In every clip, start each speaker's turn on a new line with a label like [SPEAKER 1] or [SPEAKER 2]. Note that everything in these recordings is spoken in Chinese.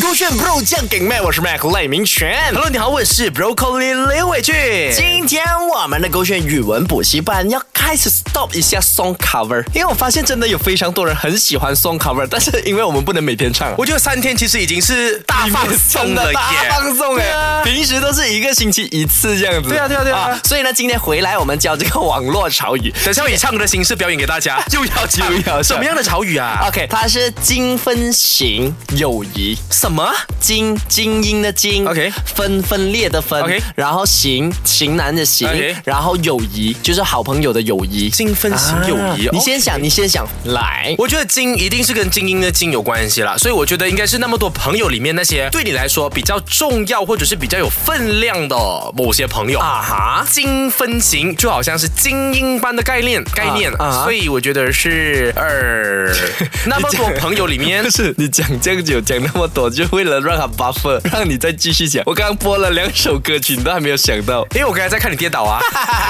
[SPEAKER 1] 勾选 Bro 酱给麦，我是 Mac 赖明全。
[SPEAKER 2] Hello，你好，我是 Broccoli 刘伟俊。
[SPEAKER 1] 今天我们的勾选语文补习班要开始 stop 一下 song cover，因为我发现真的有非常多人很喜欢 song cover，但是因为我们不能每天唱，
[SPEAKER 2] 我觉得三天其实已经是大放松
[SPEAKER 1] 真
[SPEAKER 2] 了
[SPEAKER 1] 的
[SPEAKER 2] 耶。
[SPEAKER 1] 大放松
[SPEAKER 2] 对
[SPEAKER 1] 哎，
[SPEAKER 2] 啊
[SPEAKER 1] 平时都是一个星期一次这样子。
[SPEAKER 2] 对啊对啊对啊
[SPEAKER 1] 所以呢，今天回来我们教这个网络潮语。
[SPEAKER 2] 等下我以唱歌的形式表演给大家，又要唱
[SPEAKER 1] 又要唱
[SPEAKER 2] 什么样的潮语 啊？
[SPEAKER 1] OK，它是精分型友谊，
[SPEAKER 2] 什么？
[SPEAKER 1] 精精英的精
[SPEAKER 2] OK
[SPEAKER 1] 分分裂的分
[SPEAKER 2] OK
[SPEAKER 1] 然后型型男的型
[SPEAKER 2] OK
[SPEAKER 1] 然后友谊就是好朋友的友谊。
[SPEAKER 2] 精分型友谊？
[SPEAKER 1] 啊你先想，你先想，来。
[SPEAKER 2] 我觉得精一定是跟精英的精有关系啦，所以我觉得应该是那么多朋友里面那些对你来说比较重要或者是比较有分量的某些朋友啊哈。精分型就好像是精英般的概念概念，
[SPEAKER 1] 啊哈
[SPEAKER 2] 所以我觉得是二那么多朋友里面
[SPEAKER 1] 不。是你讲这么久，讲那么多，就为了让他 buffer，让你再继续讲。我刚刚播了两首歌曲，你都还没有想到。
[SPEAKER 2] 因为我刚才在看你跌倒 啊，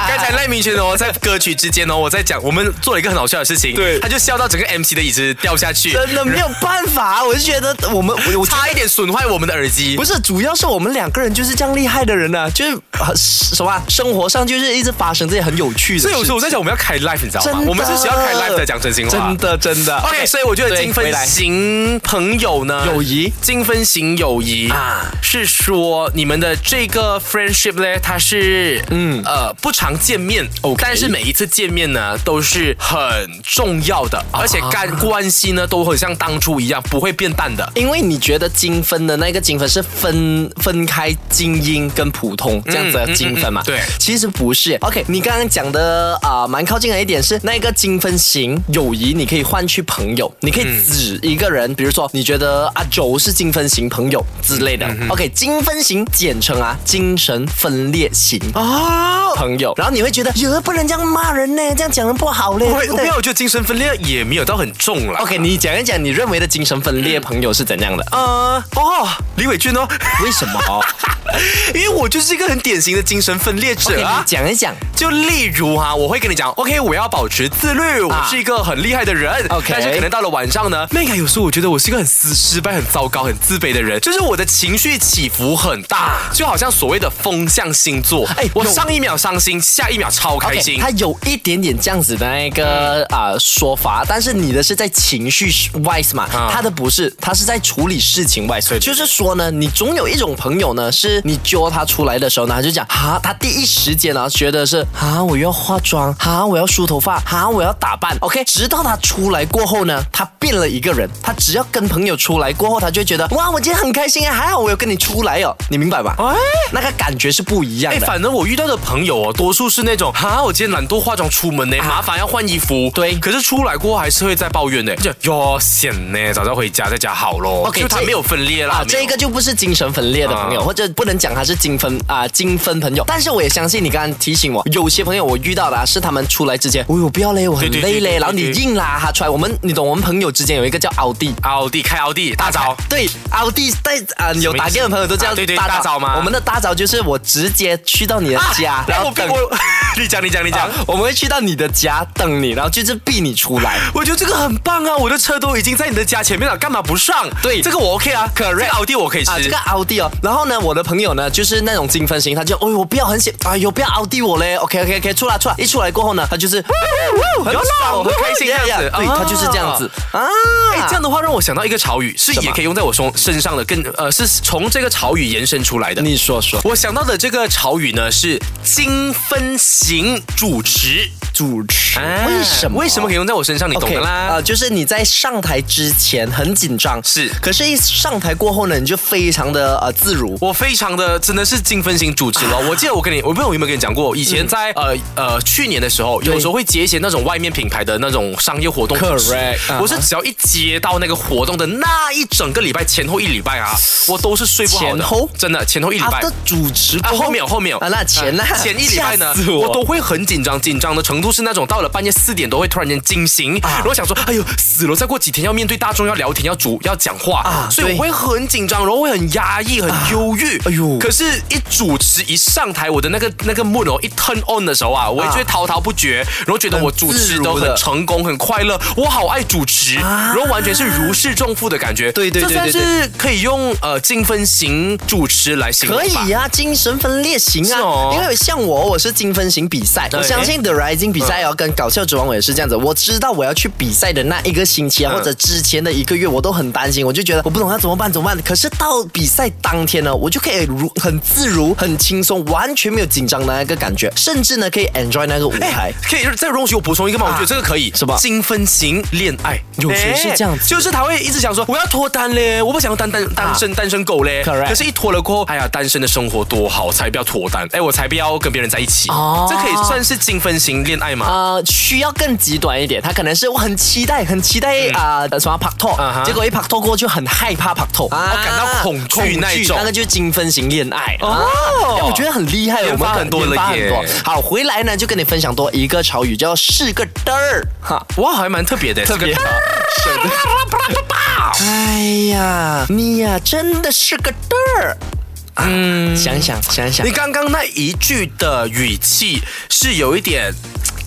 [SPEAKER 2] 刚才赖明轩哦，在歌曲之间哦，我在讲我们做了一个很好笑的事情，
[SPEAKER 1] 对
[SPEAKER 2] 他就笑到整个 MC 的椅子掉下去，
[SPEAKER 1] 真的没有办法，我就觉得我们我我
[SPEAKER 2] 差一点损坏我们的耳机
[SPEAKER 1] 不。是，主要是我们两个人就是这样厉害的人呢、就是、呃什么啊、生活上就是一直发生这些很有趣的事。
[SPEAKER 2] 所以有时候我在想，我们要开 live，你知道
[SPEAKER 1] 真
[SPEAKER 2] 吗
[SPEAKER 1] 的？
[SPEAKER 2] 我们是需要开 live 的，讲真心话。
[SPEAKER 1] 真的真的。
[SPEAKER 2] OK，所以我觉得
[SPEAKER 1] 对
[SPEAKER 2] 精分
[SPEAKER 1] 回来
[SPEAKER 2] 型朋友呢，
[SPEAKER 1] 友谊
[SPEAKER 2] 精分型友谊
[SPEAKER 1] 啊
[SPEAKER 2] 啊，是说你们的这个 friendship 呢，它是嗯呃不常见面
[SPEAKER 1] OK
[SPEAKER 2] 但是每一次见面呢都是很重要的，而且干关系呢都很像当初一样，不会变淡的。
[SPEAKER 1] 因为你觉得精分的那个精分是分分开精英跟普通这样子的精分嘛？
[SPEAKER 2] 嗯嗯嗯对
[SPEAKER 1] 其实不是。OK，你刚刚讲的啊、蛮靠近的一点是那个精分型友谊，你可以换去朋友，你可以指一个人，比如说你觉得阿周是精分型朋友之类
[SPEAKER 2] 嗯
[SPEAKER 1] 的。OK，精分型简称啊，精神分裂型
[SPEAKER 2] 哦，
[SPEAKER 1] 朋友。然后你会觉得，哟，不能这样骂人呢，这样讲人不好嘞，
[SPEAKER 2] 我
[SPEAKER 1] 对不
[SPEAKER 2] 我没
[SPEAKER 1] 对
[SPEAKER 2] 有，我觉得精神分裂也没有到很重了。
[SPEAKER 1] ？OK，你讲一讲你认为的精神分裂朋友是怎样的？
[SPEAKER 2] 呃，哦，李伟俊哦，
[SPEAKER 1] 为什么
[SPEAKER 2] 因为我就是一个很典型的精神分裂
[SPEAKER 1] ？OK，
[SPEAKER 2] 者啊
[SPEAKER 1] 你。讲一讲。
[SPEAKER 2] 就例如哈、我会跟你讲，OK，我要保持自律，我是一个很厉害的人。
[SPEAKER 1] 啊 OK
[SPEAKER 2] 但是可能到了晚上呢，那个有时候我觉得我是一个很失失败、很糟糕、很自卑的人，就是我的情绪起伏很大，就好像所谓的风象星座。
[SPEAKER 1] 啊哎
[SPEAKER 2] 哎，我
[SPEAKER 1] 有
[SPEAKER 2] 上一秒伤心，下一秒超开
[SPEAKER 1] OK，
[SPEAKER 2] 心。
[SPEAKER 1] 他有一点点这样子的那个啊、说法，但是你的是在情绪 wise 嘛，
[SPEAKER 2] 啊
[SPEAKER 1] 他的不是，他是在处理事情 wise。
[SPEAKER 2] 对对
[SPEAKER 1] 就是说呢，你总有一种朋友呢，是你揪他出来的时候呢，他就讲啊，他第一时间呢觉得是啊，我要化妆，啊，我要梳头发，啊，我要打扮。OK，直到他出来过后呢，他变了一个人。他只要跟朋友出来过后，他就会觉得哇，我今天很开心啊，还好我有跟你出来哦，你明白吧？
[SPEAKER 2] 哎
[SPEAKER 1] 那个感觉是不一样
[SPEAKER 2] 哎，
[SPEAKER 1] 的。
[SPEAKER 2] 反正我遇到的朋友哦，多数是那种哈，我今天懒惰化妆出门呢，麻烦要换衣服。
[SPEAKER 1] 啊对
[SPEAKER 2] 可是出来过后还是会在抱怨的，就哟闲呢，早知道回家在家好咯。
[SPEAKER 1] OK，
[SPEAKER 2] 就他
[SPEAKER 1] 这
[SPEAKER 2] 没有分裂啦
[SPEAKER 1] 啊，，这
[SPEAKER 2] 没有
[SPEAKER 1] 个就不是精神分裂的朋友，
[SPEAKER 2] 啊
[SPEAKER 1] 或者不能讲他是精分啊精分朋友。但是我也相信你刚刚提醒我，有些朋友我遇到的、啊、是他们出来之前，哎呦不要嘞，我很累
[SPEAKER 2] 对对对对
[SPEAKER 1] 嘞，
[SPEAKER 2] 对
[SPEAKER 1] 然后你
[SPEAKER 2] 对
[SPEAKER 1] 硬拉他出来。我们你懂，我们朋友之间有一个叫奥弟。
[SPEAKER 2] 奥迪开奥迪大招。
[SPEAKER 1] 对，奥弟在啊、有打 game 的朋友都叫
[SPEAKER 2] 啊对对
[SPEAKER 1] 大
[SPEAKER 2] 大招嘛
[SPEAKER 1] 我们的大招就是我直接去到你 的家，
[SPEAKER 2] 啊
[SPEAKER 1] 然后
[SPEAKER 2] 我
[SPEAKER 1] 等
[SPEAKER 2] 我你讲你讲你
[SPEAKER 1] 啊
[SPEAKER 2] 讲。
[SPEAKER 1] 我们会去到你的家等你，然后就是逼你出来。
[SPEAKER 2] 我觉得这个很棒啊！我的车都已经在你的家前面了，干嘛不上？
[SPEAKER 1] 对
[SPEAKER 2] 这个我 OK 啊，可这个奥迪我可以吃。
[SPEAKER 1] 啊，这个奥迪哦，然后呢，我的朋友呢，就是那种精分型，他就，哎呦，我不要很喜，哎呦，不要奥迪我嘞，OK OK OK，出来 出来，一出来过后呢，他就是，很
[SPEAKER 2] 有啦
[SPEAKER 1] 爽，
[SPEAKER 2] 我很 开心这样子
[SPEAKER 1] yeah，yeah，对
[SPEAKER 2] 啊
[SPEAKER 1] 他就是这样子啊，
[SPEAKER 2] 哎，这样的话让我想到一个潮语，是也可以用在我身身上的，跟呃是从这个潮语延伸出来的。
[SPEAKER 1] 你说说，
[SPEAKER 2] 我想到的这个潮语呢是精分型主持，
[SPEAKER 1] 主持
[SPEAKER 2] 啊
[SPEAKER 1] 为什么？
[SPEAKER 2] 为什么可以用在我身上？你懂
[SPEAKER 1] OK
[SPEAKER 2] 的啦。
[SPEAKER 1] 啊、就是你在上台之前很紧张，
[SPEAKER 2] 是
[SPEAKER 1] 可是一上台过后呢，你就非常的呃自如。
[SPEAKER 2] 我非常的真的是精分型主持了。我记得我跟你，我不知道我有没有跟你讲过，以前在、呃呃去年的时候，
[SPEAKER 1] 嗯对
[SPEAKER 2] 有时候会接一些那种外面品牌的那种商业活动
[SPEAKER 1] Correct，啊哈
[SPEAKER 2] 我是只要一接到那个活动的那一整个礼拜前后一礼拜啊，我都是睡不好的。
[SPEAKER 1] 前后
[SPEAKER 2] 真的前后一礼拜
[SPEAKER 1] after。主持
[SPEAKER 2] 啊，
[SPEAKER 1] 过
[SPEAKER 2] 后面有后面有
[SPEAKER 1] 啊那前呢
[SPEAKER 2] 前一礼拜呢
[SPEAKER 1] 吓死，我
[SPEAKER 2] 我都会很紧张，紧张的程程度是那种到了半夜四点都会突然间惊醒，
[SPEAKER 1] 啊
[SPEAKER 2] 然后想说，哎呦死了，再过几天要面对大众要聊天要主要讲话，
[SPEAKER 1] 啊
[SPEAKER 2] 所以
[SPEAKER 1] 对
[SPEAKER 2] 我会很紧张，然后会很压抑，很忧郁。
[SPEAKER 1] 哎呦
[SPEAKER 2] 可是，一主持一上台，我的那个那个 mood 哦，一 turn on 的时候啊，我就会滔滔不绝，然后觉
[SPEAKER 1] 啊
[SPEAKER 2] 得我主
[SPEAKER 1] 很
[SPEAKER 2] 持的
[SPEAKER 1] 自如的
[SPEAKER 2] 很成功，很快乐，我好爱主持，然后完全是如释重负的感觉。
[SPEAKER 1] 啊对对对
[SPEAKER 2] 这
[SPEAKER 1] 对
[SPEAKER 2] 算是可以用呃精分型主持来形容
[SPEAKER 1] 可
[SPEAKER 2] 吧。
[SPEAKER 1] 以啊呀、精神分裂型啊，
[SPEAKER 2] 是哦
[SPEAKER 1] 因为像我，我是精分型比赛，
[SPEAKER 2] 对哎
[SPEAKER 1] 我相信 The Rising 比赛哦，跟搞笑之王我也是这样子。我知道我要去比赛的那一个星期啊，
[SPEAKER 2] 嗯
[SPEAKER 1] 或者之前的一个月，我都很担心，我就觉得我不懂要怎么办怎么办。可是到比赛当天呢，我就可以如很自如、很轻松，完全没有紧张的那个感觉，甚至呢可以 enjoy 那个舞台。
[SPEAKER 2] 哎可以再容许我补充一个吗？我觉得这个可以，
[SPEAKER 1] 是吧
[SPEAKER 2] 精分型恋爱，
[SPEAKER 1] 啊有谁是这样子
[SPEAKER 2] 哎就是他会一直想说我要脱单嘞，我不想要单单单身、单身狗嘞。
[SPEAKER 1] Correct
[SPEAKER 2] 可是，一脱了过后，哎呀，单身的生活多好，才不要脱单，哎，我才不要跟别人在一起。
[SPEAKER 1] 哦
[SPEAKER 2] 这可以算是精分型恋爱吗？
[SPEAKER 1] 呃，需要更极端一点，他可能是我很期待，很期待啊、呃什么拍拖
[SPEAKER 2] 啊哈
[SPEAKER 1] 结果一拍拖过就很害怕拍拖，啊
[SPEAKER 2] 感到恐惧那一种
[SPEAKER 1] 那个就是精分型恋爱哦、哎我觉得很厉害哦，
[SPEAKER 2] 研
[SPEAKER 1] 我
[SPEAKER 2] 发
[SPEAKER 1] 们
[SPEAKER 2] 很多了
[SPEAKER 1] 研发很
[SPEAKER 2] 耶
[SPEAKER 1] 多。好，回来呢就跟你分享多一个潮语，叫是个嘚儿哈。
[SPEAKER 2] 哇，还蛮特别的，特
[SPEAKER 1] 别哎呀，你呀、真的是个嘚儿。嗯，想想想想
[SPEAKER 2] 你，刚刚那一句的语气是有一点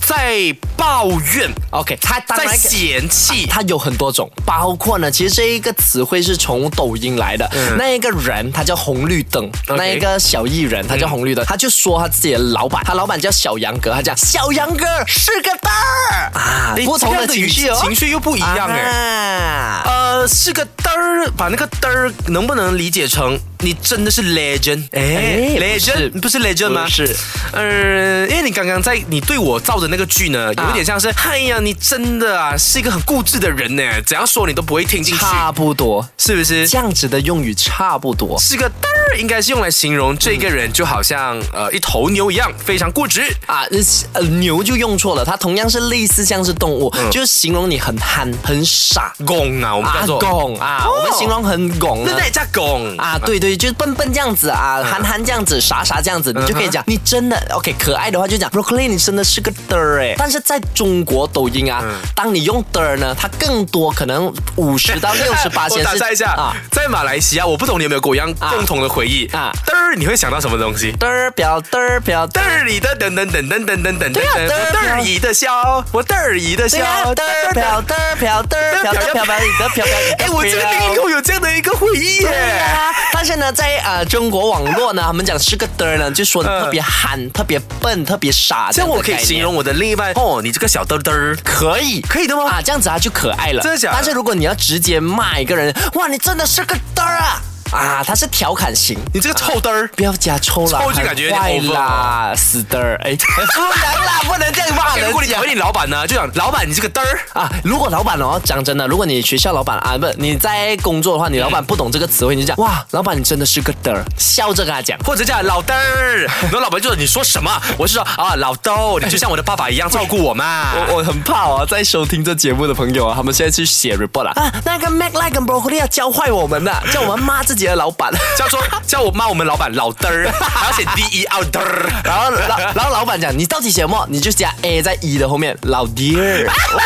[SPEAKER 2] 在抱怨。
[SPEAKER 1] OK，他当
[SPEAKER 2] 在
[SPEAKER 1] 然
[SPEAKER 2] 嫌弃，
[SPEAKER 1] 它有很多种，包括呢，其实这一个词汇是从抖音来的。那一个人他叫红绿灯
[SPEAKER 2] 嗯 OK 嗯
[SPEAKER 1] 那一个小艺人他叫红绿灯，他就说他自己的老板，他老板叫小杨哥，他讲小杨哥是个蛋儿啊
[SPEAKER 2] 哎，
[SPEAKER 1] 不同
[SPEAKER 2] 这样
[SPEAKER 1] 的情
[SPEAKER 2] 语
[SPEAKER 1] 绪哦，
[SPEAKER 2] 情绪又不一样哎、
[SPEAKER 1] 哎。
[SPEAKER 2] 呃，是个嘚儿，把那个嘚儿能不能理解成你真的是 legend？哎、
[SPEAKER 1] 哎
[SPEAKER 2] l e g e n d 不是 legend 吗？
[SPEAKER 1] 不是，
[SPEAKER 2] 呃，因为你刚刚在你对我造的那个句呢，
[SPEAKER 1] 啊
[SPEAKER 2] 有一点像是，哎呀，你真的啊是一个很固执的人呢，怎样说你都不会听进去，
[SPEAKER 1] 差不多，
[SPEAKER 2] 是不是？
[SPEAKER 1] 这样子的用语差不多。
[SPEAKER 2] 是个嘚儿，应该是用来形容这个人，就好像呃一头牛一样，非常固执。
[SPEAKER 1] 啊，呃呃，牛就用错了，它同样是类似像是动物，就是形容你很憨、很傻、
[SPEAKER 2] 拱啊，我们嗯叫
[SPEAKER 1] 啊
[SPEAKER 2] 做，
[SPEAKER 1] 拱啊，
[SPEAKER 2] 哦
[SPEAKER 1] 我们形容很拱呢。
[SPEAKER 2] 那那也叫拱
[SPEAKER 1] 啊，对对，就是笨笨这样子啊，憨憨这样子，傻傻这样子，你就可以讲，你真的 OK 可爱的话就讲 Broccoli，你真的是个嘚儿哎。但是在中国抖音啊，当你用嘚儿呢，它更多可能五十到六十八
[SPEAKER 2] 我
[SPEAKER 1] 先
[SPEAKER 2] 打
[SPEAKER 1] 是
[SPEAKER 2] 岔一下，
[SPEAKER 1] 啊
[SPEAKER 2] 在马来西亚，我不懂你有没有跟我一样共同的回忆啊
[SPEAKER 1] 啊？
[SPEAKER 2] 嘚儿，你会想到什么东西？
[SPEAKER 1] 嘚儿表嘚儿表嘚
[SPEAKER 2] 嘚
[SPEAKER 1] 儿。
[SPEAKER 2] 儿里的等等等等等等等等，
[SPEAKER 1] 对啊
[SPEAKER 2] 我嘚
[SPEAKER 1] 嘚儿
[SPEAKER 2] 儿里的笑，我嘚儿里的
[SPEAKER 1] 对呀，
[SPEAKER 2] 笑，
[SPEAKER 1] 嘚儿表嘚儿表嘚儿表嘚儿表表你的表表。
[SPEAKER 2] 哎，我这个零零后有这样的一个回忆
[SPEAKER 1] 对
[SPEAKER 2] 耶。
[SPEAKER 1] 啊，但是呢，在呃中国网络呢，他们讲是个嘚儿呢，就说你特别憨、特别笨、特别傻。
[SPEAKER 2] 这样我可以形容我的另一半哦，你这个小嘚嘚儿，
[SPEAKER 1] 可以，
[SPEAKER 2] 可以的吗？
[SPEAKER 1] 啊，这样子啊就可爱了。
[SPEAKER 2] 真的假的
[SPEAKER 1] 但是如果你要直接骂一个人，哇，你真的是个嘚儿啊！啊，他是调侃型，
[SPEAKER 2] 你这个臭嘚儿，
[SPEAKER 1] 不要加臭啦，
[SPEAKER 2] 臭就感觉有点
[SPEAKER 1] 坏
[SPEAKER 2] over
[SPEAKER 1] 啦，死嘚儿，哎， 不能啦，不能这样骂
[SPEAKER 2] 哎如
[SPEAKER 1] 人
[SPEAKER 2] 果你
[SPEAKER 1] 家
[SPEAKER 2] 讨 厌你老板呢，就讲老板你这个嘚儿。
[SPEAKER 1] 啊！如果老板哦，讲真的，如果你学校老板啊，不，你在工作的话，你老板不懂这个词汇，你就讲哇，老板你真的是个嘚儿，笑着跟他讲。
[SPEAKER 2] 或者叫老嘚儿，然后老板就说你说什么？我是说啊，老豆，你就像我的爸爸一样照顾我嘛。
[SPEAKER 1] 我我很怕哦，在收听这节目的朋友啊，他们现在去写 report 啦啊，那个 Mac Light 跟 Broccoli 要教坏我们了，叫我们骂自己的老板。
[SPEAKER 2] 叫做叫我骂我们老板老嘚儿，还要写 D E L 嘚儿。
[SPEAKER 1] 然后老然后老板讲你到底写什么，你就加 A 在 E 的后面，老爹 儿哇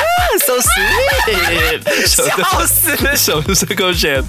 [SPEAKER 1] ，so sweet，
[SPEAKER 2] 笑死！
[SPEAKER 1] 手是勾选。